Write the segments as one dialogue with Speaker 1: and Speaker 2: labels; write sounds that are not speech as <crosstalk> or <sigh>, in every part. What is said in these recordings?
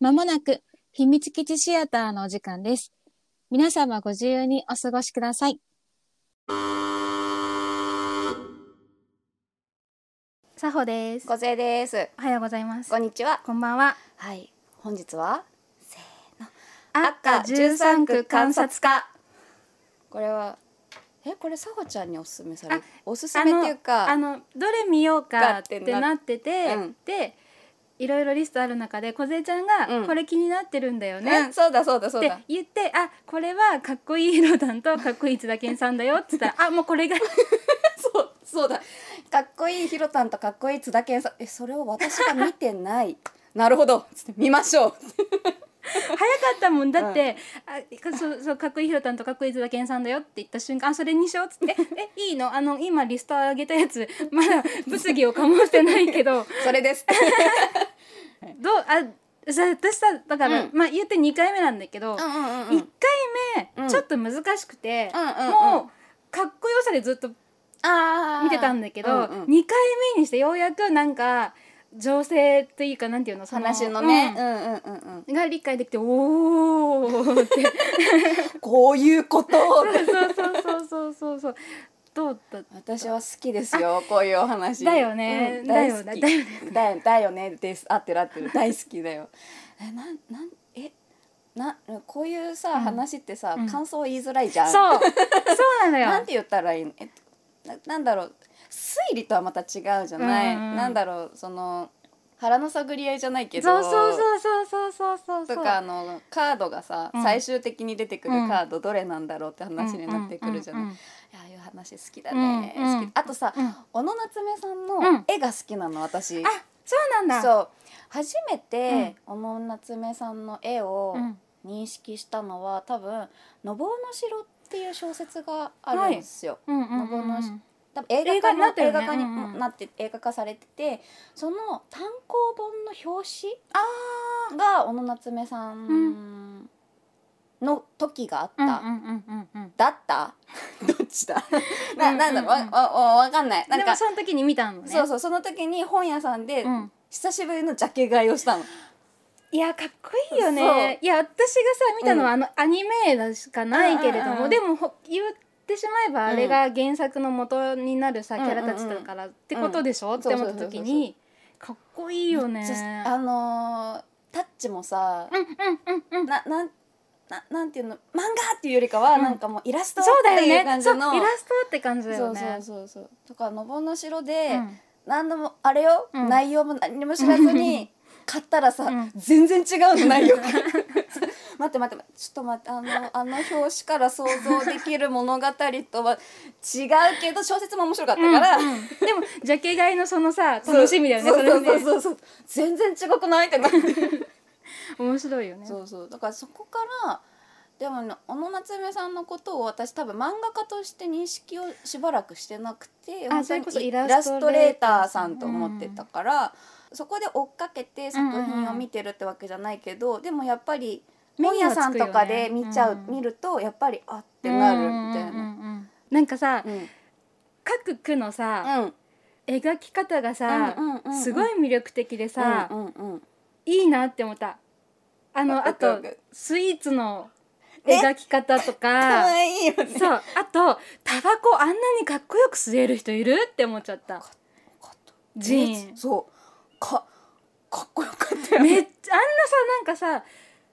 Speaker 1: まもなく秘密基地シアターのお時間です。皆様ご自由にお過ごしください。さほです。
Speaker 2: ごぜです。
Speaker 1: おはようございます
Speaker 2: こ。んにちは。
Speaker 1: こんばんは。
Speaker 2: はい。本日は赤十三区観察課。これはえこれさほちゃんにおすすめされる。おすすめっていうか
Speaker 3: あのどれ見ようかってなってて、
Speaker 2: うん
Speaker 3: でいろいろリストある中で小ちゃんが、
Speaker 2: うん
Speaker 3: これ気になってるんだよ
Speaker 2: ね、
Speaker 3: ね、
Speaker 2: そうだそうだそ
Speaker 3: っ
Speaker 2: う
Speaker 3: て
Speaker 2: だ。
Speaker 3: 言ってあこれはかっこいいヒロダンとかっこいい津田健さんだよって言ったらあもうこれが <laughs>
Speaker 2: そうそうだ。かっこいいひろたんとかっこいい津田健さん。えそれを私が見て <laughs> ない。なるほど。つって見ましょう。
Speaker 3: 早かったもんだって、あかそうそうかっこいいヒロタンとかっこいい津田健さんだよって言った瞬間あそれにしようっ
Speaker 2: <laughs>
Speaker 3: つってえいいのあの今リスト上げたやつまだ物議を醸してないけど
Speaker 2: それです。
Speaker 3: どうあさ私さだから、
Speaker 2: うん
Speaker 3: まあ言って2回目なんだけど、
Speaker 2: <laughs> うんうん
Speaker 3: 1回
Speaker 2: うん
Speaker 3: 目ちょっと難しくて、
Speaker 2: うんうんうん
Speaker 3: もうかっこよさでずっと
Speaker 2: あ
Speaker 3: 見てたんだけど、
Speaker 2: うんうん
Speaker 3: 2回目にしてようやくなんか情勢というかなんていうのそ
Speaker 2: 話のね。うんうんうんうん。
Speaker 3: うんが理解できておおって
Speaker 2: こういう <laughs> こと。
Speaker 3: そうそうそうそうそうそうどうだっ
Speaker 2: 私は好きですよこういうお話
Speaker 3: だよね
Speaker 2: うん大好き
Speaker 3: だよねだよね
Speaker 2: だよだよねです合ってる合ってる大好きだよえなんなんえなこういうさ、
Speaker 3: ん
Speaker 2: 話ってさ、
Speaker 3: うん
Speaker 2: 感想言いづらいじゃん
Speaker 3: そうそうなのよ
Speaker 2: なんて言ったらいいのえななんだろう推理とはまた違うじゃない、
Speaker 3: うんうんうん
Speaker 2: なんだろうその腹の探り合いじゃないけ
Speaker 3: そ
Speaker 2: ど
Speaker 3: うそうそうそうそうそうそう
Speaker 2: とかあのカードがさ、
Speaker 3: うん
Speaker 2: 最終的に出てくるカードどれなんだろうって話になってくるじゃない、
Speaker 3: うんうんうん
Speaker 2: ああいう話好きだね、
Speaker 3: うんうん
Speaker 2: 好きあとさ、
Speaker 3: うん
Speaker 2: 小野夏目さん
Speaker 3: う
Speaker 2: の
Speaker 3: ん
Speaker 2: 絵が好きなの私、
Speaker 3: あそうなんだ
Speaker 2: そう初めて小野夏目さんの絵を
Speaker 3: うん
Speaker 2: 認識したのは多分「のぼうの城」っていう小説があるんですよ。
Speaker 3: うんうん
Speaker 2: のぼう
Speaker 3: うんう
Speaker 2: の
Speaker 3: ん
Speaker 2: 多分映画化
Speaker 3: 映画になっ
Speaker 2: の
Speaker 3: てる
Speaker 2: 映
Speaker 3: よね
Speaker 2: 画化に
Speaker 3: うんうん
Speaker 2: もなって映画化されててその単行本の表紙が小野夏目さんの時があっ
Speaker 3: うんう
Speaker 2: た。
Speaker 3: んうんうんうん
Speaker 2: だった <laughs> どっちだななんだろう
Speaker 3: うんうんうん
Speaker 2: わわわわかんないなん
Speaker 3: で
Speaker 2: か
Speaker 3: もその時に見たのね
Speaker 2: そうそうその時に本屋さんで
Speaker 3: うん
Speaker 2: 久しぶりのジャケ買いをしたの。
Speaker 3: いやかっこいいよ
Speaker 2: そう
Speaker 3: ねいや私がさ見たのはあのアニメしかないけれど
Speaker 2: うんうんうんう
Speaker 3: も
Speaker 2: ん
Speaker 3: でもほ言ってしまえば
Speaker 2: うん
Speaker 3: あれが原作の元になるさ
Speaker 2: うん
Speaker 3: キ
Speaker 2: うんう
Speaker 3: ャ
Speaker 2: ん
Speaker 3: ラたちだからってことでしょ
Speaker 2: うん
Speaker 3: って思った時にかっこいいよね
Speaker 2: じゃあのータッチもさ、
Speaker 3: うんうんうんうん
Speaker 2: ななんななんていうの漫画っていうよりかは、
Speaker 3: うん
Speaker 2: なんかもうイラストって
Speaker 3: そうだ
Speaker 2: いう
Speaker 3: よね
Speaker 2: 感じ
Speaker 3: そう
Speaker 2: の
Speaker 3: イラストって感じだよ
Speaker 2: そう
Speaker 3: ね
Speaker 2: そうそうそうとか「のぼのしろ」で、
Speaker 3: うん
Speaker 2: 何度もあれよ、
Speaker 3: うん
Speaker 2: 内容も何も知らずに買ったらさ、
Speaker 3: うん
Speaker 2: 全然違うの内
Speaker 3: <laughs>
Speaker 2: 容が待って待ってちょっと待ってあのあの表紙から想像できる物語とは違うけど小説も面白かったから。
Speaker 3: うんうんでもジャケ買いのそのさ楽しみだよね
Speaker 2: そ
Speaker 3: そう
Speaker 2: そ
Speaker 3: れ
Speaker 2: うそう
Speaker 3: ね
Speaker 2: そうそう全然違くないってなって
Speaker 3: <laughs> 面白いよね
Speaker 2: そうそうだからそこからでもね小野夏目さんのことを私多分漫画家として認識をしばらくしてなくて
Speaker 3: あ
Speaker 2: 本当に
Speaker 3: それこそ
Speaker 2: イ
Speaker 3: イ
Speaker 2: ラ
Speaker 3: ラ
Speaker 2: ス
Speaker 3: ス
Speaker 2: ト
Speaker 3: ト
Speaker 2: レ
Speaker 3: レ
Speaker 2: ー
Speaker 3: ー
Speaker 2: タ
Speaker 3: タ
Speaker 2: ー
Speaker 3: ー
Speaker 2: さ
Speaker 3: さ
Speaker 2: ん
Speaker 3: ん
Speaker 2: と思ってたから、そこで追っかけて作
Speaker 3: うんうん
Speaker 2: 品
Speaker 3: う
Speaker 2: を
Speaker 3: ん
Speaker 2: 見てるってわけじゃないけど、でもやっぱり
Speaker 3: 目
Speaker 2: 本
Speaker 3: に
Speaker 2: 屋
Speaker 3: はつく
Speaker 2: さ
Speaker 3: よね
Speaker 2: んとかで見ちゃう、
Speaker 3: うん
Speaker 2: 見るとやっぱりあってなるみたい
Speaker 3: うんうん
Speaker 2: な。
Speaker 3: うんうんなんかさ
Speaker 2: うん
Speaker 3: 各区のさ、
Speaker 2: うん
Speaker 3: 描き方がさ、
Speaker 2: うんうんうんうん
Speaker 3: すごい魅力的でさ、
Speaker 2: うんうんうん
Speaker 3: いいなって思ったあ
Speaker 2: わ
Speaker 3: の
Speaker 2: か
Speaker 3: あ
Speaker 2: るわ
Speaker 3: と
Speaker 2: かる
Speaker 3: スイーツの
Speaker 2: え
Speaker 3: 描き方と
Speaker 2: 可
Speaker 3: か
Speaker 2: 愛いよね。
Speaker 3: そうあとタバコあんなにかっこよく吸える人いるって思っちゃったジーン
Speaker 2: そうかかっこよかったよね。
Speaker 3: めっちゃあんなさなんかさ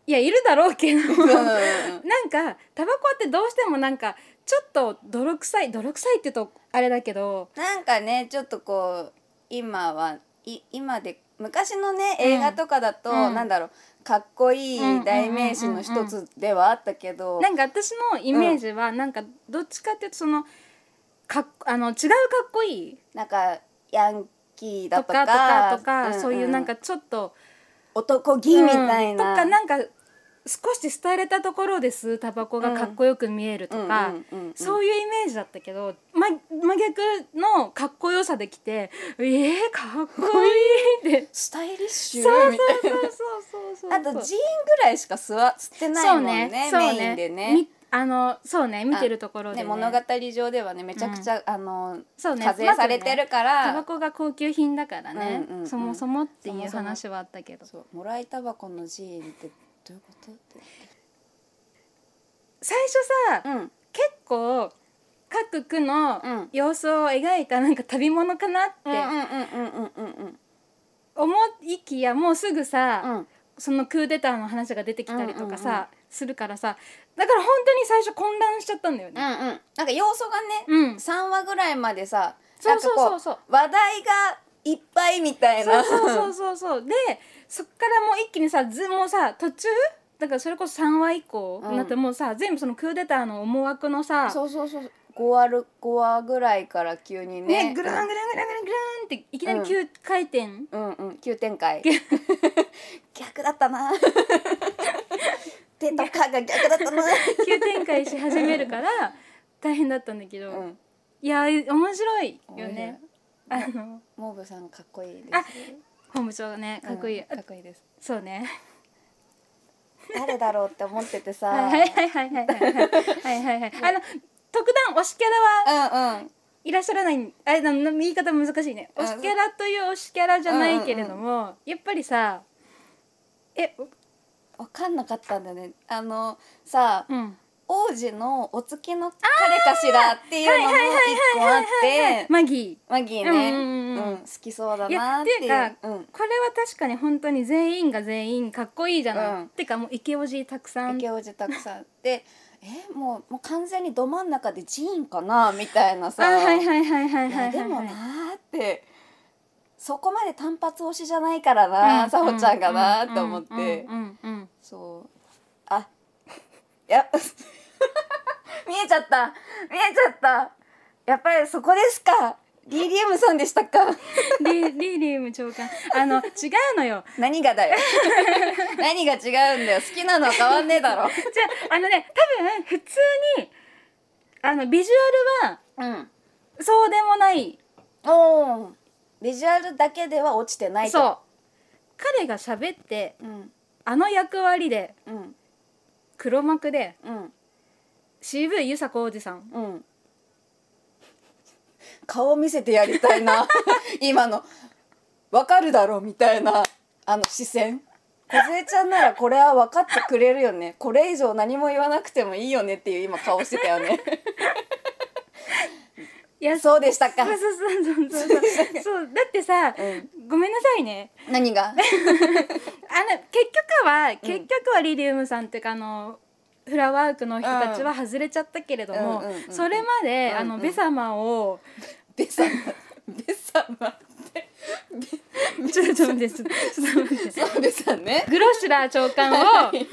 Speaker 3: いやいるだろうけど
Speaker 2: うんうん
Speaker 3: な
Speaker 2: うん
Speaker 3: んかタバコってどうしてもなんかちょっと泥臭い泥臭いって言うとあれだけど
Speaker 2: なんかねちょっとこう今はい今で昔のね映画とかだと、
Speaker 3: うん
Speaker 2: なんだろうかっこい
Speaker 3: うんうんうんうんう
Speaker 2: い
Speaker 3: ん
Speaker 2: 代名詞の一つではあったけど、
Speaker 3: なんか私のイメージはなんかどっちかっていうとそのかっあの違うかっこいい
Speaker 2: なんかヤンキーだ
Speaker 3: と
Speaker 2: と
Speaker 3: かとか
Speaker 2: か
Speaker 3: と
Speaker 2: ん
Speaker 3: か
Speaker 2: ん
Speaker 3: そういうなんかちょっと
Speaker 2: 男気みたい
Speaker 3: う
Speaker 2: な,、
Speaker 3: んとかなんか少し廃れたところで吸うタバコがかっこよく見えるとか、
Speaker 2: うんうんうんうん
Speaker 3: そういうイメージだったけど、ま、真逆のかっこよさできてえー、かっこいい
Speaker 2: <laughs>
Speaker 3: って
Speaker 2: スタイリッシュ
Speaker 3: そうそう
Speaker 2: みたい
Speaker 3: そうそうそうそう
Speaker 2: なあとジーンぐらいしか吸わ吸ってないもんね
Speaker 3: そう
Speaker 2: メインでね
Speaker 3: みあのそうね見てるところで、
Speaker 2: ね、物語上ではねめちゃくちゃ、あの
Speaker 3: そうね
Speaker 2: 課税されてる
Speaker 3: まず
Speaker 2: か
Speaker 3: ねタバ
Speaker 2: ら、
Speaker 3: コが高級品だからね、
Speaker 2: うんうんうん
Speaker 3: そもそもって
Speaker 2: そ
Speaker 3: い
Speaker 2: も
Speaker 3: う
Speaker 2: そも
Speaker 3: 話はあったけど
Speaker 2: そうもらいタバコの寺院ってどういうことって
Speaker 3: 最初さ、
Speaker 2: うん
Speaker 3: 結構各区の
Speaker 2: うん
Speaker 3: 様子を描いたなんか旅物かなっ
Speaker 2: うんうん
Speaker 3: て
Speaker 2: うんうんうんうん
Speaker 3: 思いきやもうすぐさ、
Speaker 2: うん
Speaker 3: そのクーデターの話が出てきたりとかさ、
Speaker 2: うんうんうん
Speaker 3: するからさだから本当に最初混乱しちゃったんだよ
Speaker 2: う
Speaker 3: ね。
Speaker 2: んうんなんか要素がね、
Speaker 3: うん、
Speaker 2: 三話ぐらいまでさ
Speaker 3: そうそうそ
Speaker 2: なんか
Speaker 3: うそう
Speaker 2: こう話題がいっぱいみたい
Speaker 3: そ
Speaker 2: な
Speaker 3: うそうそうそうそうでそっからもう一気にさずもうさ途中だからそれこそ3話以降
Speaker 2: うん
Speaker 3: になってもうさ、全部そのクーデターの思惑のさ
Speaker 2: <laughs> そうそうそう5話る5話ぐらいから急にね
Speaker 3: ねグラングラングラングラングランっていきなり急回転、
Speaker 2: うんうん急展開 <laughs> 逆だったな <laughs> 手とかが逆だっ
Speaker 3: <laughs>
Speaker 2: たな、
Speaker 3: 急展開し始める
Speaker 2: <laughs>
Speaker 3: から大変だったんだけど、
Speaker 2: うん、
Speaker 3: いやー面白いよ
Speaker 2: 面
Speaker 3: ねあの
Speaker 2: モーブさんかっこいいです
Speaker 3: あ本部長がねかっこいい、
Speaker 2: うんかっこいいです
Speaker 3: そうね
Speaker 2: 誰だろうって思ってて <laughs> さ
Speaker 3: はいはいはいはいはいはいはいはいはい
Speaker 2: <laughs>
Speaker 3: あの特段推しキャラは
Speaker 2: うんうん
Speaker 3: いらっしゃらないんあなな言い方難しいね
Speaker 2: あ
Speaker 3: 推しキャラという推しキャラじゃないけれども、やっぱりさえ
Speaker 2: わかんなかったんだよねあのさ
Speaker 3: うん
Speaker 2: 王子のお付きの彼かしらっていうのも一個あって
Speaker 3: マギ
Speaker 2: マギーね、
Speaker 3: うんうんうん
Speaker 2: うん好きそうだなっていう
Speaker 3: いやって
Speaker 2: うん
Speaker 3: ーこれは確かに本当に全員が全員かっこいいじゃない、
Speaker 2: うん
Speaker 3: てかもうイケオジたくさん
Speaker 2: 池王子たくさんでえもうもう完全にど真ん中で寺院かなみたいな
Speaker 3: あ
Speaker 2: さ
Speaker 3: はいはいはいはい
Speaker 2: い
Speaker 3: はいはい
Speaker 2: や
Speaker 3: はい
Speaker 2: でもなーってそこまで単発推しじゃないからなさほ、ちゃんがなーって思って、
Speaker 3: うんうんうん
Speaker 2: そうあいや <laughs> 見えちゃった見えちゃったやっぱりそこですか DDM さんでしたか
Speaker 3: リリリウム長官あの違うのよ
Speaker 2: 何が
Speaker 3: <laughs>
Speaker 2: だよ何が違うんだよ好きなのは変わんねえだろ
Speaker 3: じゃああのね多分普通にあのビジュアルは
Speaker 2: うん
Speaker 3: そうでもない
Speaker 2: おービジュアルだけでは落ちてないと
Speaker 3: そう彼が喋って
Speaker 2: うん
Speaker 3: あの役割で
Speaker 2: うん
Speaker 3: 黒幕で
Speaker 2: うん
Speaker 3: 渋い遊佐浩二さん
Speaker 2: うん顔見せてやりたい <laughs> な今のわかるだろみたいなあの視線梢ちゃんならこれは分かってくれるよねこれ以上何も言わなくてもいいよねっていう今顔してたよね
Speaker 3: いや
Speaker 2: <laughs> そうでしたか
Speaker 3: そうそうそうそうそうそうだってさ、
Speaker 2: う
Speaker 3: ごめんなさいね
Speaker 2: 何が
Speaker 3: あの結局は結局はリリウムさんっていうかあのフラワークの人たちは外れちゃったけれども、
Speaker 2: うんうんうんうん
Speaker 3: それまで、
Speaker 2: うんうん
Speaker 3: あのベ様を
Speaker 2: <laughs> ベサマベサマって
Speaker 3: ちょっと待ってちょっとちょっと待って
Speaker 2: そうベサね
Speaker 3: グロシュラー長官を、
Speaker 2: 立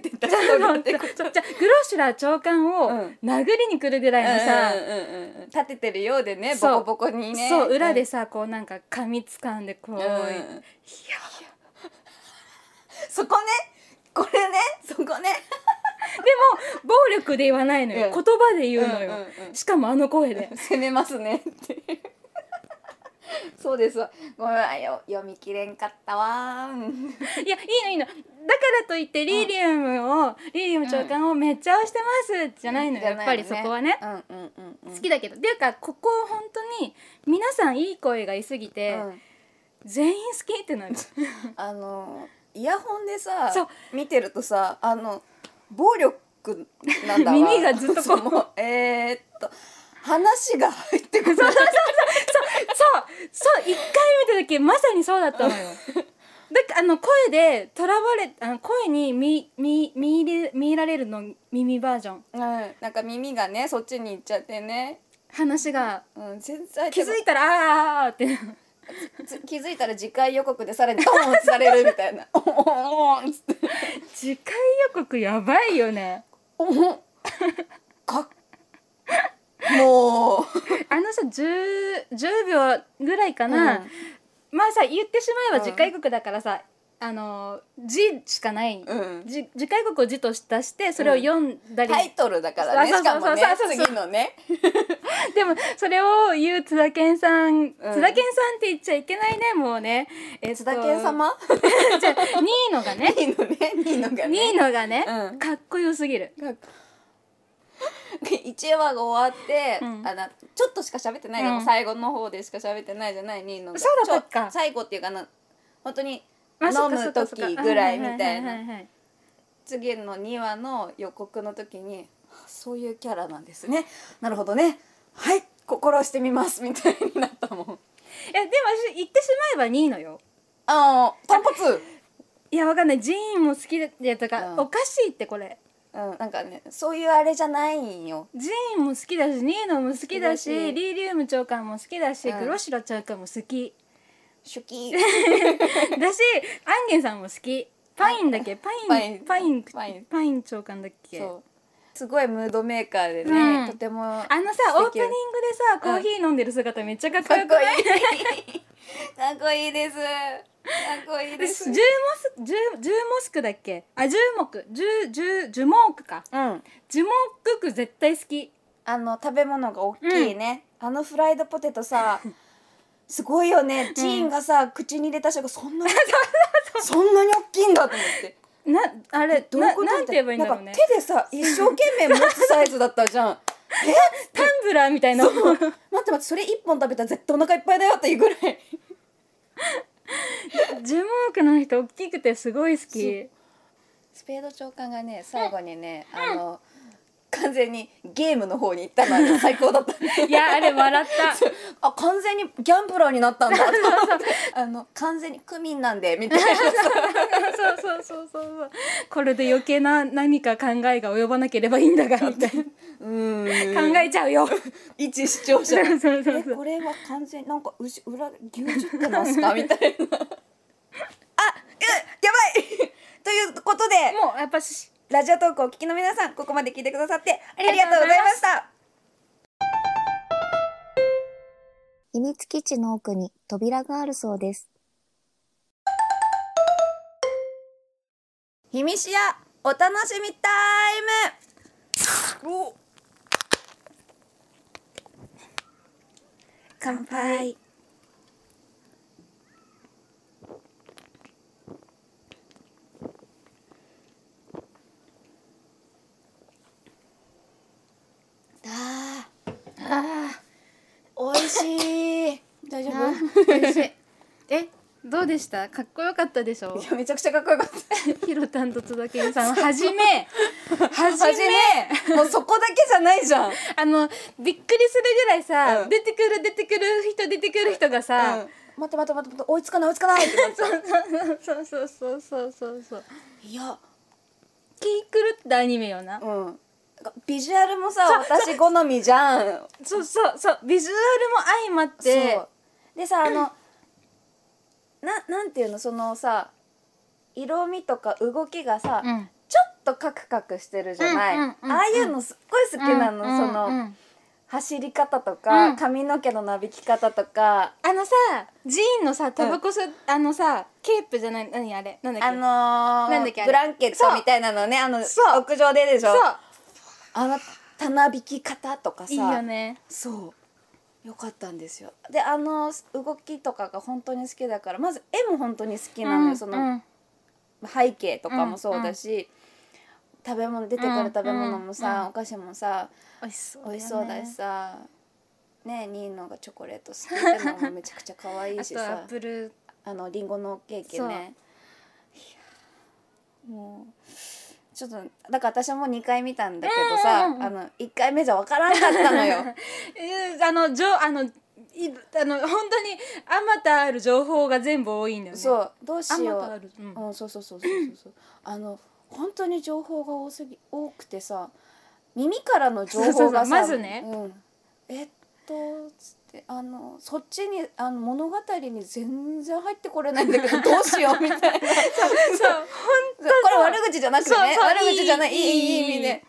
Speaker 2: ててた
Speaker 3: ちょっと待って
Speaker 2: 立
Speaker 3: じゃあグロシュラー長官を
Speaker 2: うん
Speaker 3: 殴りに来るぐらいのさ、
Speaker 2: ててるようでねボ
Speaker 3: そう
Speaker 2: コボコにね
Speaker 3: そう裏でさこうなんか髪掴んでこう、
Speaker 2: うん
Speaker 3: いや
Speaker 2: そこねこれねそこね
Speaker 3: でも暴力で言わないのよ、
Speaker 2: うん
Speaker 3: 言葉で言うのよ、
Speaker 2: うんうんうん
Speaker 3: しかもあの声で
Speaker 2: <laughs> 攻めますねってそうですわごめんよ読み切れんかったわー
Speaker 3: <laughs> いやいいのいいのだからといってリリウムを、リリウム長官をめっちゃ推してますじゃないのよ、
Speaker 2: じゃ
Speaker 3: やっぱりそこはね、
Speaker 2: うんうんうんうん
Speaker 3: 好きだけどっていうかここ本当に皆さんいい声がいすぎて、
Speaker 2: うん
Speaker 3: 全員好きってなる <laughs>
Speaker 2: あのイヤホンでさ
Speaker 3: そう
Speaker 2: 見てるとさあの暴力なんだわ
Speaker 3: 耳がずっとこう
Speaker 2: <laughs> そのえー、っと話が入ってこない
Speaker 3: そうそう一回見た時まさにそうだったの
Speaker 2: <laughs>
Speaker 3: よ。だからあの声でとらわれあの声に見見見入れ見入られるの耳バージョン
Speaker 2: うん、なんか耳がねそっちに行っちゃってね、
Speaker 3: 話が
Speaker 2: うん、全然
Speaker 3: 気づいたらあーあーあーって
Speaker 2: つ気づいたら次回予告でさらにドーンってされるみたいな「おおおん」っつって
Speaker 3: <laughs> 次回予告やばいよね
Speaker 2: 「おおんかっもう」
Speaker 3: あのさ 10, 10秒ぐらいかな、
Speaker 2: うん
Speaker 3: まあさ言ってしまえば
Speaker 2: うん
Speaker 3: 次回予告だからさ、あの字しかない、
Speaker 2: うん
Speaker 3: じ次回予告を字と出してそれを読んだり、
Speaker 2: タイトルだからね
Speaker 3: そう
Speaker 2: し
Speaker 3: そうそ
Speaker 2: か
Speaker 3: う
Speaker 2: もね
Speaker 3: そうそうそう
Speaker 2: 次のね
Speaker 3: <laughs> でもそれを言う津田健さん、津田健さんって言っちゃいけないねもうね、えっと
Speaker 2: 津田健様
Speaker 3: じゃあニーノがね
Speaker 2: <laughs> いいのねいいのがよ
Speaker 3: ミ
Speaker 2: ね
Speaker 3: ーノがね、
Speaker 2: うん
Speaker 3: かっこよすぎる
Speaker 2: なんか1話が終わって、
Speaker 3: うん
Speaker 2: あなちょっとしか喋ってない
Speaker 3: う
Speaker 2: の、
Speaker 3: ん
Speaker 2: 最後の方でしか喋ってないじゃないニーノが
Speaker 3: そうだったっ
Speaker 2: ちょ
Speaker 3: か
Speaker 2: 最後っていうかな本当に
Speaker 3: あそっか
Speaker 2: 飲む
Speaker 3: そっかそっか
Speaker 2: 時ぐらいみたいな
Speaker 3: はははは
Speaker 2: 次の2話の予告の時にそういうキャラなんですねなるほどねはい心してみますみたいになったもん
Speaker 3: いやでも私言ってしまえばニーノよ
Speaker 2: あの単発
Speaker 3: いやわかんないジーンも好きだとか、
Speaker 2: うん
Speaker 3: おかしいってこれ
Speaker 2: <laughs> うん、なんかねそういうあれじゃないんよ
Speaker 3: ジーンも好きだしニーノも好きだし
Speaker 2: 好きだし
Speaker 3: リーリウム長官も好きだし、
Speaker 2: うん
Speaker 3: 黒白長官も好き <laughs>
Speaker 2: 手記
Speaker 3: だしアンゲンさんも好きパインだっけパ
Speaker 2: パ
Speaker 3: イ
Speaker 2: イ
Speaker 3: ン
Speaker 2: ン
Speaker 3: パイン
Speaker 2: パイン
Speaker 3: パイン長官だっ <laughs> け
Speaker 2: そうすごいムードメーカーでね、
Speaker 3: うん
Speaker 2: とても
Speaker 3: あのさオー
Speaker 2: 素
Speaker 3: プ
Speaker 2: 敵
Speaker 3: ニングでさコーヒー飲んでる姿めっちゃかっこ
Speaker 2: かっ
Speaker 3: よく
Speaker 2: こ
Speaker 3: ない
Speaker 2: いい <laughs> かっこいいですかっこいい
Speaker 3: で
Speaker 2: で
Speaker 3: ジ
Speaker 2: す
Speaker 3: ューモスジュージューモスクだっけあジューモクジュージュージュモークか
Speaker 2: うん
Speaker 3: ジュモークク絶対好き
Speaker 2: あの食べ物が大きいね、あのフライドポテト <laughs> さすごいよねチーンがさ、口に入れた人がそんなにそんなに大きいんだと思って
Speaker 3: なあれ
Speaker 2: どういうこと
Speaker 3: ななんて言えばいいんだろう
Speaker 2: な
Speaker 3: ね
Speaker 2: んか手でさ一生懸命持つサイズだったじゃん
Speaker 3: タンブラーみたいな <laughs>
Speaker 2: <laughs> そう待って待ってそれ一本食べたら絶対お腹いっぱいだよっていうぐらい
Speaker 3: ジュモークの人大きくてすごい好き
Speaker 2: スペード長官がね最後にね、あの完全にゲームの方に行ったのが最高だった
Speaker 3: いやあれ笑った
Speaker 2: <laughs> そう <laughs> あ完全にギャンブラーになったんだと思ってあの完全にクミンなんでみたいな <laughs>
Speaker 3: そうそうそうそうそうこれで余計な何か考えが及ばなければいいんだがみたいな
Speaker 2: うーん
Speaker 3: 考え <laughs> ちゃうよ
Speaker 2: 一視聴者
Speaker 3: <laughs> そうそうそう
Speaker 2: えこれは完全になんかうし裏牛耳ってますかみたいな <laughs> あうやばいということで
Speaker 3: もうやっぱし
Speaker 2: ラジオトークをお聞きの皆さんここまで聞いてくださってあ
Speaker 3: り
Speaker 2: り
Speaker 3: が
Speaker 2: が
Speaker 3: と
Speaker 2: と
Speaker 3: うござ
Speaker 2: うご
Speaker 3: い
Speaker 2: ざい
Speaker 3: ま
Speaker 2: ま
Speaker 3: し
Speaker 2: した
Speaker 1: 秘密基地の奥に扉があるそうです。
Speaker 2: ひみしやお楽しみタイムお
Speaker 3: 乾杯
Speaker 2: あ
Speaker 3: あ
Speaker 2: おいしい大丈
Speaker 3: あ
Speaker 2: 夫
Speaker 3: 美味しいえどうでしたかっこよかったでし <laughs> ょ
Speaker 2: いやめちゃくちゃかっこよかった
Speaker 3: ヒロタンと津田健さんはじめはじめ
Speaker 2: 初めもうそこだけじゃないじゃん
Speaker 3: あのびっくりするぐらいさ、
Speaker 2: うん
Speaker 3: 出てくる出てくる人出てくる人がさ、
Speaker 2: 待って待って待って待って追いつかない追いつかないってなってた
Speaker 3: そうそうそうそうそうそう
Speaker 2: いや
Speaker 3: 気狂ったアニメよな、
Speaker 2: うんなんかビジュアルもさ私好みじゃん
Speaker 3: そうそうそうビジュアルも相まって
Speaker 2: そうでさあのななんていうのそのさ色味とか動きがさ、
Speaker 3: うん
Speaker 2: ちょっとカクカクしてるじゃない、
Speaker 3: うんうんうん
Speaker 2: ああいうのすっごい好きなの、
Speaker 3: うん
Speaker 2: その、
Speaker 3: うんうん
Speaker 2: 走り方とか、
Speaker 3: うん
Speaker 2: 髪の毛のなびき方とか
Speaker 3: あのさジーンのさタバコ吸うあのさケープじゃない何あれなんだっけ
Speaker 2: あのー
Speaker 3: なんだっけあれ
Speaker 2: ブランケッ
Speaker 3: そう
Speaker 2: トみたいなのねあの
Speaker 3: そう
Speaker 2: 屋上ででし
Speaker 3: そ
Speaker 2: ょ
Speaker 3: う
Speaker 2: あのたなびき方とかさ
Speaker 3: いいよね
Speaker 2: そうよかったんですよであの動きとかが本当に好きだからまず絵も本当に好きなのよ、
Speaker 3: うん
Speaker 2: そうの
Speaker 3: ん
Speaker 2: 背景とかもそうだし、食べ物出てくる食べ物もさ、
Speaker 3: うんうん
Speaker 2: お菓子もさ
Speaker 3: 美味しそうだよね
Speaker 2: 美味しそうだしさねニーノがチョコレート好きってのもめちゃくちゃ可愛い
Speaker 3: あ
Speaker 2: し
Speaker 3: とア
Speaker 2: さ
Speaker 3: ップル
Speaker 2: あのリンゴのケーキね
Speaker 3: そう
Speaker 2: いやもうちょっとだから私も2回見たんだけどさ、
Speaker 3: うんうんうん
Speaker 2: あの1回目じゃ分からんかった
Speaker 3: <laughs>
Speaker 2: のよ
Speaker 3: えーあのじょあのいあの本当にあまたある情報が全部多いんだよね
Speaker 2: そうどうし
Speaker 3: あま
Speaker 2: よ
Speaker 3: たあ
Speaker 2: う
Speaker 3: る、うん
Speaker 2: うん、そうそうそうそうそうそうあの本当に情報が多すぎ多くてさ耳からの情報が
Speaker 3: そうそう
Speaker 2: さ
Speaker 3: そうまずね
Speaker 2: うん、えっとつってあのそっちにあの物語に全然入ってこれないん
Speaker 3: <laughs>
Speaker 2: だけどどうしようみたいな
Speaker 3: そう
Speaker 2: これ悪口じゃなくて
Speaker 3: そ
Speaker 2: ね
Speaker 3: うそう
Speaker 2: 悪口じゃない
Speaker 3: い
Speaker 2: い
Speaker 3: い
Speaker 2: いいいい意味
Speaker 3: いい
Speaker 2: で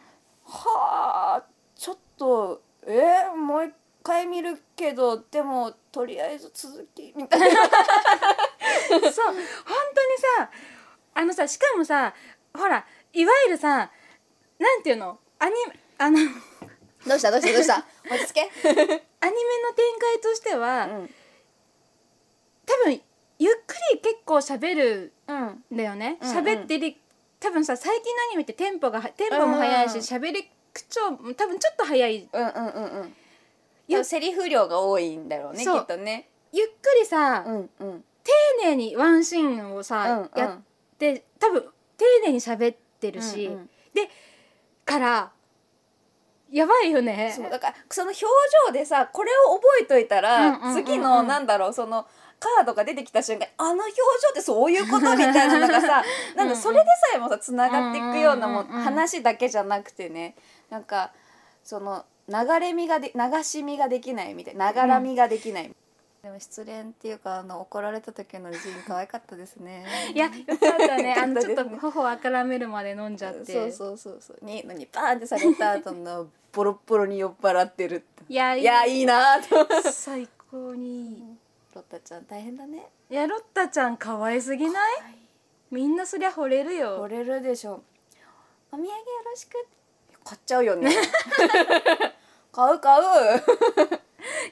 Speaker 2: はあちょっとえー、もう一回見るけどでもとりあえず続きみたいな
Speaker 3: <laughs> そう本当にさあのさしかもさほらいわゆるさなんていうのアニあのアニメの
Speaker 2: どうしたどうしたどうした落ち着け、
Speaker 3: 展開としては、
Speaker 2: うん
Speaker 3: 多分ゆっくり結構喋る
Speaker 2: うん
Speaker 3: んだよね
Speaker 2: うんうん
Speaker 3: 喋ってる多分さ最近のアニメってテンポがテンポも速いし
Speaker 2: うん
Speaker 3: 喋り口調も多分ちょっと速い
Speaker 2: うんうんうんうん
Speaker 3: いや
Speaker 2: でもセリフ量が多いんだろうねき
Speaker 3: そう
Speaker 2: っとね
Speaker 3: ゆっくりさ、
Speaker 2: うんうん
Speaker 3: 丁寧にワンシーンをさ、
Speaker 2: うんうん
Speaker 3: やって多分丁寧に喋ってるし、
Speaker 2: うんうん
Speaker 3: からやばいよね
Speaker 2: そうだからその表情でさこれを覚えといた
Speaker 3: うんうんうんう
Speaker 2: ら
Speaker 3: ん
Speaker 2: 次のなんだろうそのカードが出てきた瞬間にあの表情ってそういうことみたいなの <laughs> がさなんかそれでさえもさつながっていくようなもん
Speaker 3: うんうんうんうん
Speaker 2: 話だけじゃなくてねなんかその流れ見がで流し見ができないみたいながら見ができない、でも失恋っていうかあの怒られた時のジン可愛かったです <laughs> ね
Speaker 3: いやよかったねあ
Speaker 2: よか
Speaker 3: の
Speaker 2: った
Speaker 3: ちょ
Speaker 2: で
Speaker 3: っ
Speaker 2: すね
Speaker 3: と頬をあからめるまで飲んじゃって
Speaker 2: そうそうそうそうにのにパーンってされた後のボロッボロに酔っ払ってるって
Speaker 3: いや
Speaker 2: いや
Speaker 3: い
Speaker 2: いいなと思って
Speaker 3: 最高にいい
Speaker 2: ロッタちゃん大変だね
Speaker 3: いやロッタちゃん可愛すぎないみんなそりゃ惚れる
Speaker 2: 惚
Speaker 3: よ
Speaker 2: れるでしょお土産よろしく買っちゃうよね <laughs> 買う買う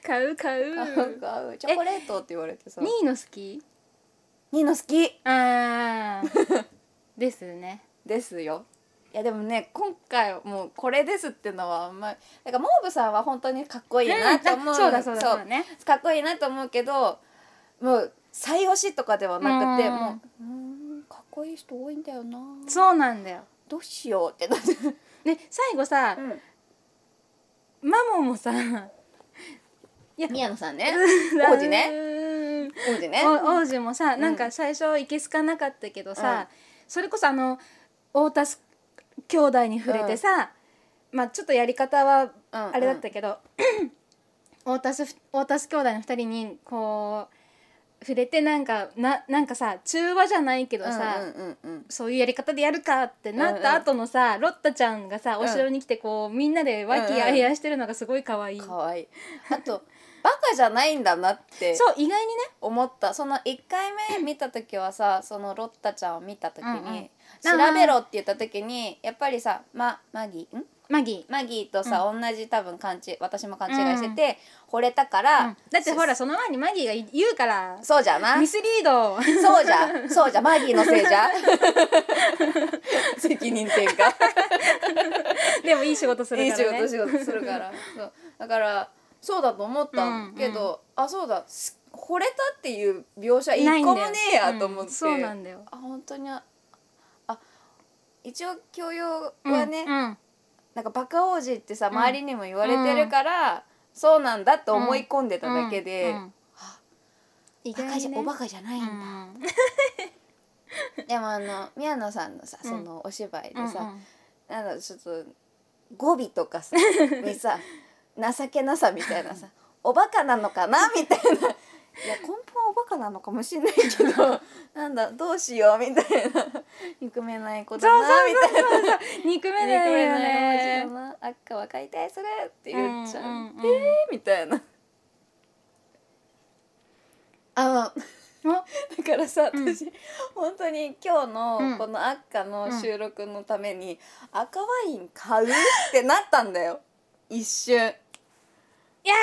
Speaker 3: 買う買う
Speaker 2: 買う買うチョコレートって言われてさ
Speaker 3: 2位の好き
Speaker 2: ニーノ好き
Speaker 3: あ
Speaker 2: <laughs>
Speaker 3: ーですね
Speaker 2: ですよいやでもね今回もうこれですってのはあんまりだからモーブさんは本当にかっこいいなと思う、
Speaker 3: あそうだそうだそうだね
Speaker 2: かっこいいなと思うけどもう最推しとかではなくて
Speaker 3: うん
Speaker 2: もううーんかっこいい人多いんだよな
Speaker 3: そうなんだよ
Speaker 2: どうしようってなって、
Speaker 3: ね最後さ、マモも
Speaker 2: <laughs>
Speaker 3: さ
Speaker 2: 宮野さんね
Speaker 3: 王
Speaker 2: 子ね
Speaker 3: ね
Speaker 2: 王子ね
Speaker 3: お王子もさ
Speaker 2: ん
Speaker 3: なんか最初いけすかなかったけどさ、それこそあの太田す兄弟に触れてさ、まあちょっとやり方は
Speaker 2: うんうん
Speaker 3: あれだったけど、 <clears throat> 太田す太田す兄弟の二人にこう触れてなんかななんかさ中和じゃないけどさ、
Speaker 2: うんうんうんうん、
Speaker 3: そういうやり方でやるかってなっ
Speaker 2: うんうん
Speaker 3: た後のさ、ロッタちゃんがさお城に来てこうみんなで和気あいあいしてるのがすごい可愛い、
Speaker 2: かわいいあとバカじゃないんだなっ
Speaker 3: <laughs>
Speaker 2: て
Speaker 3: そう意外にね
Speaker 2: 思ったその1回目見た時はさそのロッタちゃんを見た時に、
Speaker 3: うんうん
Speaker 2: 調べろって言った時にやっぱりさ、ま、マギん
Speaker 3: マギー
Speaker 2: マギーとさ、同じ多分勘違い私も勘違いしてて、惚れたから、
Speaker 3: うんだってほらその前にマギーが言うから
Speaker 2: そうじゃな
Speaker 3: ミスリー
Speaker 2: <laughs>
Speaker 3: ド
Speaker 2: そうじゃそうじゃマギーのせ
Speaker 3: <laughs>
Speaker 2: いじゃ責任転嫁
Speaker 3: でもいい仕事する
Speaker 2: いい
Speaker 3: か
Speaker 2: 仕
Speaker 3: らね
Speaker 2: 事仕事す
Speaker 3: <laughs>
Speaker 2: るからそうだからそうだと思ったけど、
Speaker 3: うん
Speaker 2: あそうだす惚れたっていう描写一個もねえやと思って、
Speaker 3: うんそうなんだよ
Speaker 2: あ本当にああ一応教養はね、
Speaker 3: うんうん
Speaker 2: なんかバカ王子ってさ周りにも言われてるから、そうなんだって思い込んでただけで、
Speaker 3: うんうん意
Speaker 2: バ
Speaker 3: 外
Speaker 2: カじ
Speaker 3: に
Speaker 2: ゃ
Speaker 3: ね
Speaker 2: おバカじゃないんだ、でもあの宮野さんのさそのお芝居で
Speaker 3: うん
Speaker 2: さ、
Speaker 3: うんうん
Speaker 2: なんだろうちょっと語尾とか <laughs> さにさ情けなさみたいなさおバカなのかなみたいないや根本はおバカなのかもしれないけど <laughs> なんだどうしようみたいな憎めない子だなみたいな
Speaker 3: 憎め
Speaker 2: 憎
Speaker 3: ない
Speaker 2: め
Speaker 3: よ
Speaker 2: ない
Speaker 3: ね
Speaker 2: 子だなあっかは解体するって言っちゃう、
Speaker 3: うんうんうん
Speaker 2: えーみたいなあの
Speaker 3: お
Speaker 2: だからさ
Speaker 3: うん
Speaker 2: 私、本当に今日
Speaker 3: う
Speaker 2: の
Speaker 3: ん
Speaker 2: この「アッカ」の収録のために赤ワイン買うってなったんだよ一瞬
Speaker 3: いやーワイ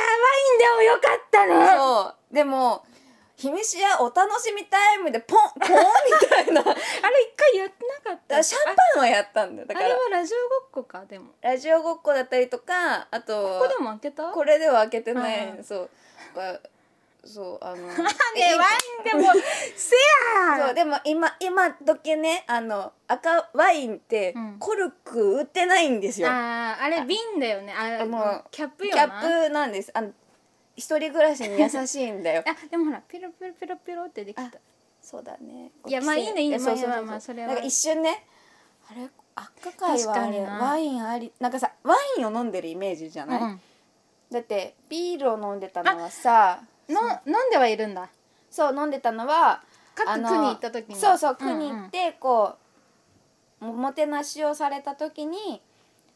Speaker 3: ンでもよかったね
Speaker 2: そうでも「ひみしやお楽しみタイム」でポンポンみたいなだか
Speaker 3: <laughs> あれ一回やってなかっ
Speaker 2: ら
Speaker 3: た
Speaker 2: シャンパンはやったんだよだ
Speaker 3: あ
Speaker 2: か
Speaker 3: れ
Speaker 2: ら
Speaker 3: はラジオごっこかでも
Speaker 2: ラジオごっこだったりとかあと
Speaker 3: ここでも開けた
Speaker 2: <laughs> これでは開けてない、
Speaker 3: うん
Speaker 2: そうあそ
Speaker 3: <laughs>
Speaker 2: うあのね
Speaker 3: ねワインでもせや
Speaker 2: そうでも今今時ねあの赤ワインって
Speaker 3: うん
Speaker 2: コルク売ってないんですよ、
Speaker 3: あーあれ瓶だよねあ
Speaker 2: あもう
Speaker 3: キャップ
Speaker 2: キ
Speaker 3: よ
Speaker 2: ャ
Speaker 3: な
Speaker 2: ップなんですあの一人暮らしに優しいん
Speaker 3: <laughs>
Speaker 2: だよ
Speaker 3: あでもほらピロピロピロピロってできた
Speaker 2: あそうだね
Speaker 3: いやまあいいねいいね
Speaker 2: そうそう
Speaker 3: まあまあ
Speaker 2: そう
Speaker 3: まあそれは
Speaker 2: なんか一瞬ねあれ赤会はあ
Speaker 3: 確か
Speaker 2: れ
Speaker 3: にな
Speaker 2: ワインありなんかさワインを飲んでるイメージじゃない、
Speaker 3: うん
Speaker 2: だってビールを飲んでたのはさ
Speaker 3: の飲んではいるんだ
Speaker 2: そう飲んでたのは
Speaker 3: 各
Speaker 2: あの
Speaker 3: 区に行った時に
Speaker 2: そうそう区
Speaker 3: ん
Speaker 2: に行ってこう、ももてなしをされた時に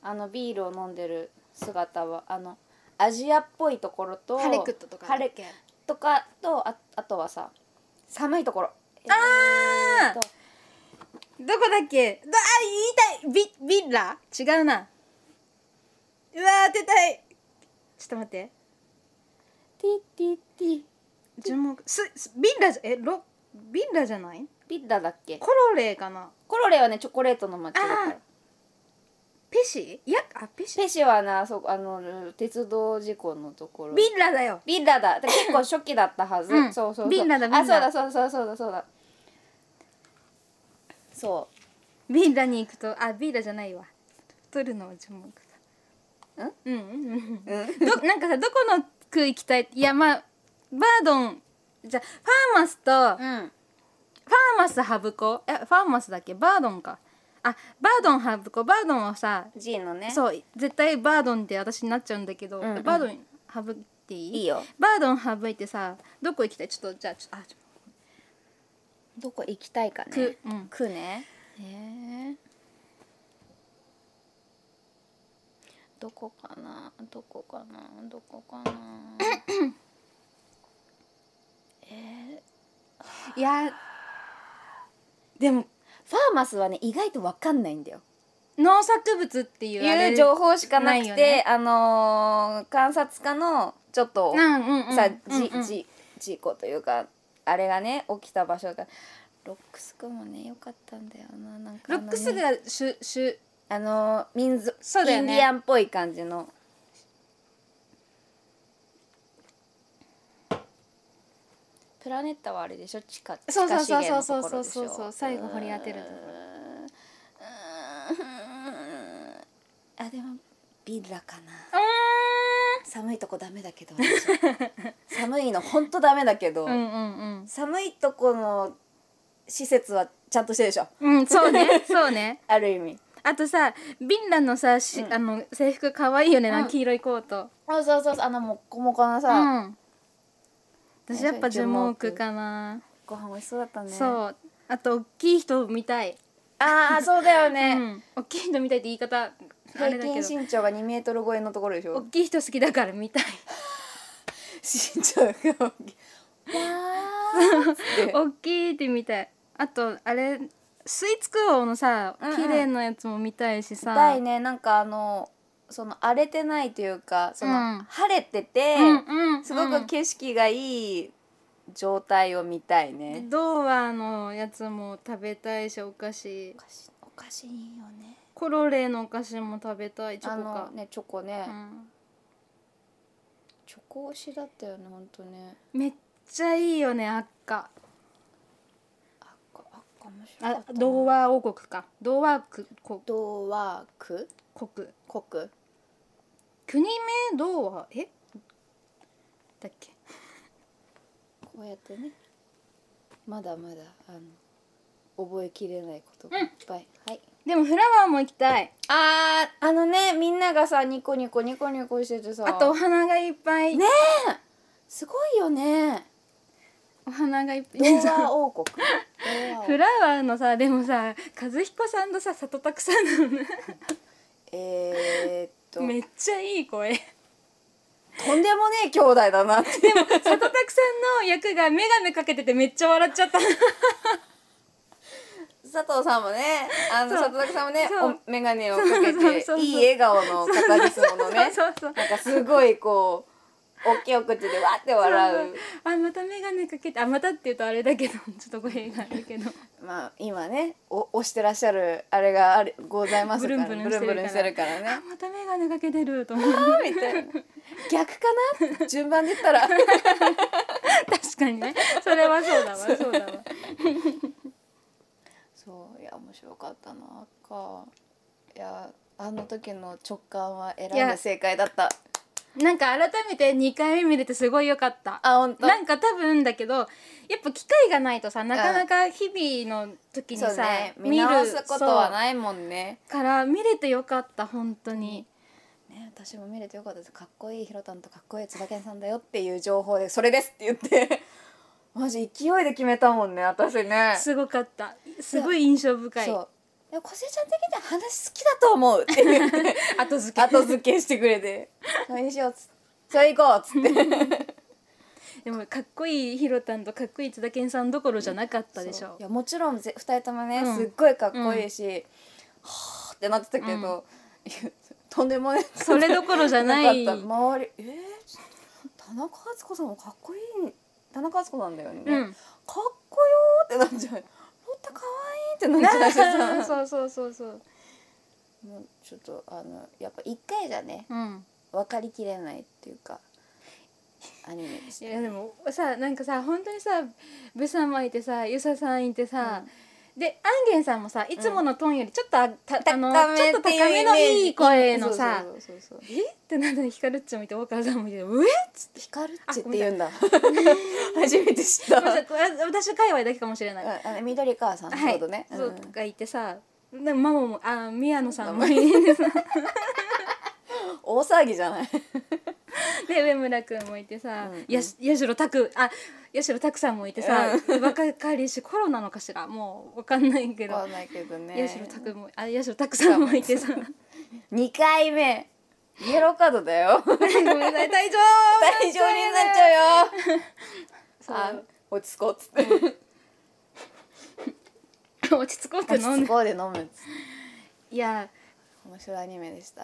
Speaker 2: あのビールを飲んでる姿はあのアジアっぽいところと
Speaker 3: ハレクットとか
Speaker 2: ハレ
Speaker 3: け
Speaker 2: とかとああとはさ寒いところ
Speaker 3: あ
Speaker 2: えーと
Speaker 3: どこだっけだあ言いたいビビッラ違うなうわー当てたいちょっと待って
Speaker 2: ティティティ
Speaker 3: 順目すすビッラじゃえロビッラじゃない
Speaker 2: ピッダだっけ
Speaker 3: コロレかな
Speaker 2: コロレはねチョコレートの抹茶だから
Speaker 3: あペシいやあペシ
Speaker 2: ペシはなあそこあの鉄道事故のところ
Speaker 3: ビッラだよ
Speaker 2: ビッラだで結構初期だったはず、
Speaker 3: うん
Speaker 2: そうそうそう
Speaker 3: ビッラだビッラ
Speaker 2: あそうだそうだそうだそうだそ
Speaker 3: ビッラに行くとあビッラじゃないわ取るのは呪文か
Speaker 2: ん
Speaker 3: うんうんうん
Speaker 2: う、うん、
Speaker 3: どなんかさどこの区行きたいいやまあバードンじゃあファーマスと、ファー
Speaker 2: うん
Speaker 3: マスハブコえファーマスだっけバードンかあバードンハブコバードンはさ
Speaker 2: G のね
Speaker 3: そう絶対バードンって私になっちゃうんだけど、
Speaker 2: うんうん
Speaker 3: バードン省いていい
Speaker 2: いいよ
Speaker 3: バードン省いてさどこ行きたいちょっとじゃあちょっとあちょ
Speaker 2: どこ行きたいかね
Speaker 3: くうん
Speaker 2: くね
Speaker 3: え
Speaker 2: どこかなどこかなどこかな
Speaker 3: いやでも
Speaker 2: <coughs> ファーマスはね意外とわかんないんだよ
Speaker 3: 農作物っていうあれ
Speaker 2: いう情報しかなく
Speaker 3: ない
Speaker 2: て
Speaker 3: よね
Speaker 2: あのー観察家のちょっと
Speaker 3: なんうんうん
Speaker 2: さ
Speaker 3: うんうん
Speaker 2: じじ事故というかあれがね起きた場所がロックスクもね良かったんだよななんかあ
Speaker 3: ロ
Speaker 2: の
Speaker 3: ッ
Speaker 2: ね
Speaker 3: クスがしゅしゅ
Speaker 2: あのー民族
Speaker 3: そうだ
Speaker 2: イ
Speaker 3: よ
Speaker 2: ン
Speaker 3: ね
Speaker 2: ディアンっぽい感じのプラネッタはあれでしょ地下地
Speaker 3: そうそ
Speaker 2: 下
Speaker 3: う
Speaker 2: 資
Speaker 3: そうそう
Speaker 2: 源
Speaker 3: そ
Speaker 2: の
Speaker 3: う
Speaker 2: とこ
Speaker 3: そうそ
Speaker 2: ろでしょ
Speaker 3: うそう最後掘り当てるところ
Speaker 2: うーんあでもビラかな
Speaker 3: う
Speaker 2: 寒いとこダメだけど私寒いのほんとダメだけど、
Speaker 3: ーんうんうん
Speaker 2: 寒いとこの施設はちゃんとしてるでしょ
Speaker 3: うんうんそうね <laughs> そうね
Speaker 2: ある意味
Speaker 3: あとさビンランのさし、
Speaker 2: うん
Speaker 3: あの制服可愛いよね、
Speaker 2: うん
Speaker 3: 黄色いコート
Speaker 2: あそうそうそうあのもっこもこの
Speaker 3: う
Speaker 2: さ、
Speaker 3: ん私やっぱ樹木かな、
Speaker 2: ご飯美味しそうだったね
Speaker 3: そうあと大きい人見たい、
Speaker 2: ああそうだよ
Speaker 3: う
Speaker 2: ね、
Speaker 3: ん、大きい人見たいって言い方あれ
Speaker 2: 平
Speaker 3: だけど
Speaker 2: 均身長が2メートル超えのところでし
Speaker 3: 大
Speaker 2: ょ
Speaker 3: きい人好きだから見たい
Speaker 2: 身長が大きい <laughs> わー <laughs> っつって
Speaker 3: 大きいって見たいあとあれスイーツクオーのさ
Speaker 2: うんうん
Speaker 3: 綺麗なやつも見たいしさ、
Speaker 2: 痛いねなんかあのその荒れてないというかその、
Speaker 3: うん
Speaker 2: 晴れてて、
Speaker 3: うんうん
Speaker 2: すごく景色がいい状態を見たいね、
Speaker 3: ドーワのやつも食べたいしお菓子
Speaker 2: お菓子お菓子いいよね
Speaker 3: コロレのお菓子も食べたいチ
Speaker 2: あ
Speaker 3: ョコか
Speaker 2: の、ねチョコね、
Speaker 3: うん、
Speaker 2: チョコ推しだったよねほんとね
Speaker 3: めっちゃいいよね赤
Speaker 2: あっかあっか面白か
Speaker 3: あ
Speaker 2: ったな
Speaker 3: 童話王国か童話国
Speaker 2: 童話区
Speaker 3: 国
Speaker 2: 国
Speaker 3: 国名童話えだっけ
Speaker 2: こうやってねまだまだあの覚えきれないことが
Speaker 3: がい
Speaker 2: いっ
Speaker 3: っ
Speaker 2: ぱい、はい
Speaker 3: でもフラワーも行きたい
Speaker 2: あーあのねみんながさニコニコニコニコしててさ
Speaker 3: あとお花がいっぱい、
Speaker 2: ねえすごいよ <laughs> ね
Speaker 3: お花がいっぱい
Speaker 2: 童話王国童話王
Speaker 3: フラワーのさでもさ和彦さんとさ里拓さんのね
Speaker 2: <laughs> えー、っと
Speaker 3: めっちゃいい声里
Speaker 2: とんでもねえ兄弟だなって <laughs>
Speaker 3: 拓さんの役が眼鏡かけててめっちゃ笑っちゃった
Speaker 2: 佐藤さんもねあの
Speaker 3: そう
Speaker 2: 佐藤さんもね
Speaker 3: そう
Speaker 2: お眼鏡をかけ
Speaker 3: そうそう
Speaker 2: て
Speaker 3: そう
Speaker 2: いい笑顔の方ですものね
Speaker 3: そうそうそう
Speaker 2: なんかすごいこう大きいお口でわーって笑う
Speaker 3: あまた眼鏡かけてあまたって言うとあれだけどちょっと語弊があるけど
Speaker 2: まあ今ねお押してらっしゃるあれがあるございますから
Speaker 3: ブルンブルンしてるから
Speaker 2: ブルンブルンしてるから
Speaker 3: あ
Speaker 2: ね
Speaker 3: また眼鏡かけてると思う <laughs>
Speaker 2: あーみたいな逆かな順番で言ったら
Speaker 3: 確かにねそれはそうだ
Speaker 2: <laughs>
Speaker 3: わそうだわ
Speaker 2: そういや面白かったなかいやあの時の直感は選ん
Speaker 3: い
Speaker 2: で
Speaker 3: や
Speaker 2: 正解だった
Speaker 3: なんか改めて2回目見れてすごい良かった
Speaker 2: あ本当
Speaker 3: なんか多分だけどやっぱ機会がないとさなかなか日々の時にさ、
Speaker 2: そうね見
Speaker 3: 見る
Speaker 2: 直すことは
Speaker 3: そう
Speaker 2: ないもんね
Speaker 3: から見れてよかった本当に
Speaker 2: ね私も見れてよかったですかっこいいひろたんとかっこいい椿さんだよっていう情報でそれですって言って <laughs> マジ勢いで決めたもんね私ね
Speaker 3: すごかったすごい印象深い
Speaker 2: そうでも小瀬ちゃん的には話好きだと思うって言って
Speaker 3: <laughs> 後付け
Speaker 2: 後付けしてくれて「そうにしよう」っつって「それ行こう」っつって
Speaker 3: でもかっこいいひろたんとかっこいい津田健さんどころじゃなかったでし
Speaker 2: そう
Speaker 3: ょ
Speaker 2: いやもちろんぜ二人ともね、
Speaker 3: うん
Speaker 2: すっごいかっこいいし、はーってなってたけど、いやとんでもない
Speaker 3: それどころじゃない
Speaker 2: <laughs> かった周りえー、田中敦子さんもかっこいい田中敦子なんだよね、
Speaker 3: う
Speaker 2: かっ
Speaker 3: ん
Speaker 2: こよーってなっちゃう当可愛いってなっちゃうし
Speaker 3: <laughs>
Speaker 2: さ
Speaker 3: そうそうそうそう
Speaker 2: もうちょっとあのやっぱ一回じゃね
Speaker 3: うん
Speaker 2: 分かりきれないっていうかアニメでし
Speaker 3: い
Speaker 2: た
Speaker 3: やでもさなんかさ本当にさブサマいてさユサさんいてさ、でアンゲンさんもさいつものトーンよりちょっとあた、あのちょっと高めのいい声のさ
Speaker 2: そうそうそうそう
Speaker 3: えってなったのにヒカルっちもいて大川
Speaker 2: <laughs>
Speaker 3: さんもいてうえ
Speaker 2: ヒカルっちって言うんだ初めて知った
Speaker 3: ごめんなさいこれ私界隈だけかもしれない、
Speaker 2: うんあの緑川さんの
Speaker 3: はい
Speaker 2: ことね、
Speaker 3: そう
Speaker 2: うん
Speaker 3: とかいてさでもママもあ宮野さんも <laughs>
Speaker 2: マ
Speaker 3: いてさ
Speaker 2: 大騒ぎじゃない
Speaker 3: で上村君もいてさ、
Speaker 2: うんうん
Speaker 3: やし八代拓あ八代拓さんもいてさ、若かりし頃なのかしらもうわかんないけど
Speaker 2: わかんないけどね
Speaker 3: 八代拓もあ八代拓さんもいてさご
Speaker 2: 二回目イエローカード
Speaker 3: <laughs>
Speaker 2: だよ退場にな
Speaker 3: め
Speaker 2: っ
Speaker 3: んなさい退場
Speaker 2: ちゃうよ
Speaker 3: そう
Speaker 2: あ落ち着こうっつって
Speaker 3: 落ち着こうって
Speaker 2: 落ち
Speaker 3: 飲ん
Speaker 2: 着
Speaker 3: で
Speaker 2: こうで飲むっつって
Speaker 3: いや
Speaker 2: 面白いアニメでした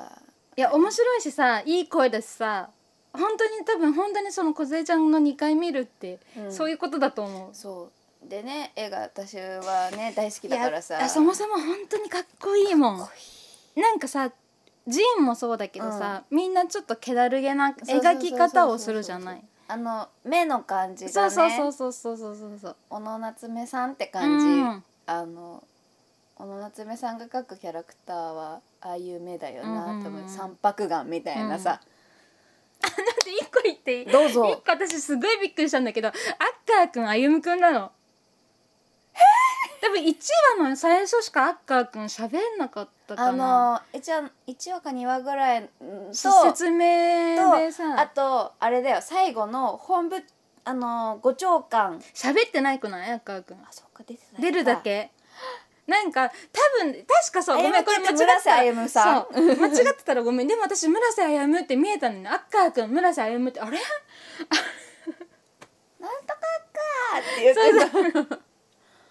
Speaker 3: いや面白いしさいい声だしさ本当に多分本当にその梢ちゃんの2回見るって、
Speaker 2: うん
Speaker 3: そういうことだと思う
Speaker 2: そうでね絵が私はね大好きだから
Speaker 3: いや
Speaker 2: さ
Speaker 3: そもそも本当にかっこいいもんなんかさジーンもそうだけどさ、みんなちょっと気だるげな描き方をするじゃない
Speaker 2: あの目の感じ
Speaker 3: そ
Speaker 2: が
Speaker 3: う
Speaker 2: ね
Speaker 3: そうそうそうそうそうそうそう
Speaker 2: 小野夏目さんって感じ、
Speaker 3: うん
Speaker 2: あの小野夏目さんが描くキャラクターはああいう目だよ
Speaker 3: うんうんう
Speaker 2: なん多分三白眼みたいなさ、
Speaker 3: で一個言っていい
Speaker 2: どうぞ
Speaker 3: 一個私すごいびっくりしたんだけどアッカーくん歩夢くんなの多分1話の最初しかアッカーくん喋んなかったか
Speaker 2: あ
Speaker 3: な
Speaker 2: の一話一話か二話ぐらいんと
Speaker 3: 説明で
Speaker 2: とあ
Speaker 3: さ
Speaker 2: とあれだよ最後の本部あのご長官
Speaker 3: 喋ってないくないアッカーくん
Speaker 2: あそっか出てない
Speaker 3: 出るだけなんか多分確かそう
Speaker 2: あ
Speaker 3: ご
Speaker 2: や
Speaker 3: め
Speaker 2: め
Speaker 3: んこれ間違っ
Speaker 2: て村
Speaker 3: て
Speaker 2: 瀬
Speaker 3: た
Speaker 2: あゆむさん
Speaker 3: そう間違ってたらごめんでも私村瀬あやむって見えたのにアッカーくん村瀬あやむってあれ
Speaker 2: なんとかかーって言ってたそう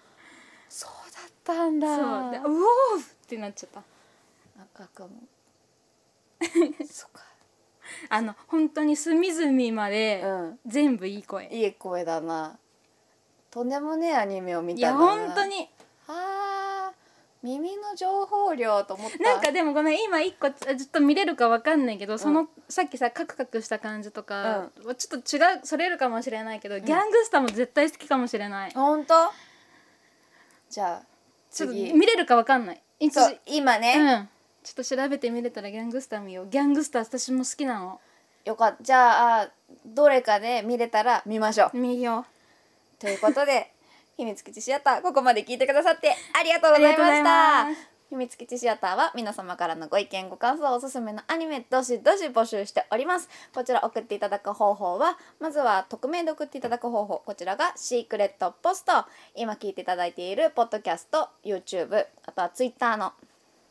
Speaker 2: だった
Speaker 3: そう
Speaker 2: ん
Speaker 3: でうおーってなっちゃった
Speaker 2: 赤かも
Speaker 3: <laughs>
Speaker 2: そっか
Speaker 3: あの本当に隅々まで
Speaker 2: うん
Speaker 3: 全部いい声、
Speaker 2: いい声だなとんでもねえアニメを見
Speaker 3: い
Speaker 2: た
Speaker 3: や
Speaker 2: な
Speaker 3: 本当に
Speaker 2: あー耳の情報量と思った
Speaker 3: なんかでもごめん今一個あちょっと見れるかわかんないけど、そのさっきさカクカクした感じとか、ちょっと違うそれるかもしれないけど、ギャングスタも絶対好きかもしれない、
Speaker 2: 本当じゃあ
Speaker 3: ちょっと
Speaker 2: 次
Speaker 3: 見れるかわかんない一
Speaker 2: そう今ね、
Speaker 3: うんちょっと調べてみれたらギャングスター見ようギャングスター私も好きなの
Speaker 2: よかったじゃあどれかで見れたら見ましょう
Speaker 3: 見よ
Speaker 2: ということで秘密基地シアターここまで聞いてくださってありがとうございま
Speaker 3: ありが
Speaker 2: し
Speaker 3: とうございま
Speaker 2: た秘密基地シアターは皆様からのご意見ご感想おすすめのアニメどしどし募集しておりますこちら送っていただく方法はまずは匿名で送っていただく方法こちらがシークレットポスト今聞いていただいているポッドキャスト YouTube あとは Twitter の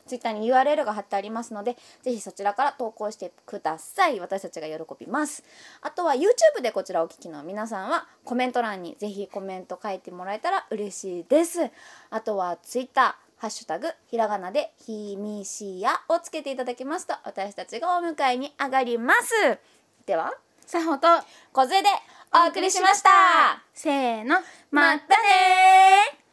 Speaker 2: ツイッターに URL が貼ってありますので、ぜひそちらから投稿してください。私たちが喜びます。あとは YouTube でこちらをお聞きの皆さんは、コメント欄にぜひコメント書いてもらえたら嬉しいです。あとはツイッター、ハッシュタグ、ひらがなで、ひみしやをつけていただきますと、私たちがお迎えに上がります。では、
Speaker 3: うさほと
Speaker 2: 小杖でお送りしました。
Speaker 3: せーの
Speaker 2: ま
Speaker 3: ま
Speaker 2: たねー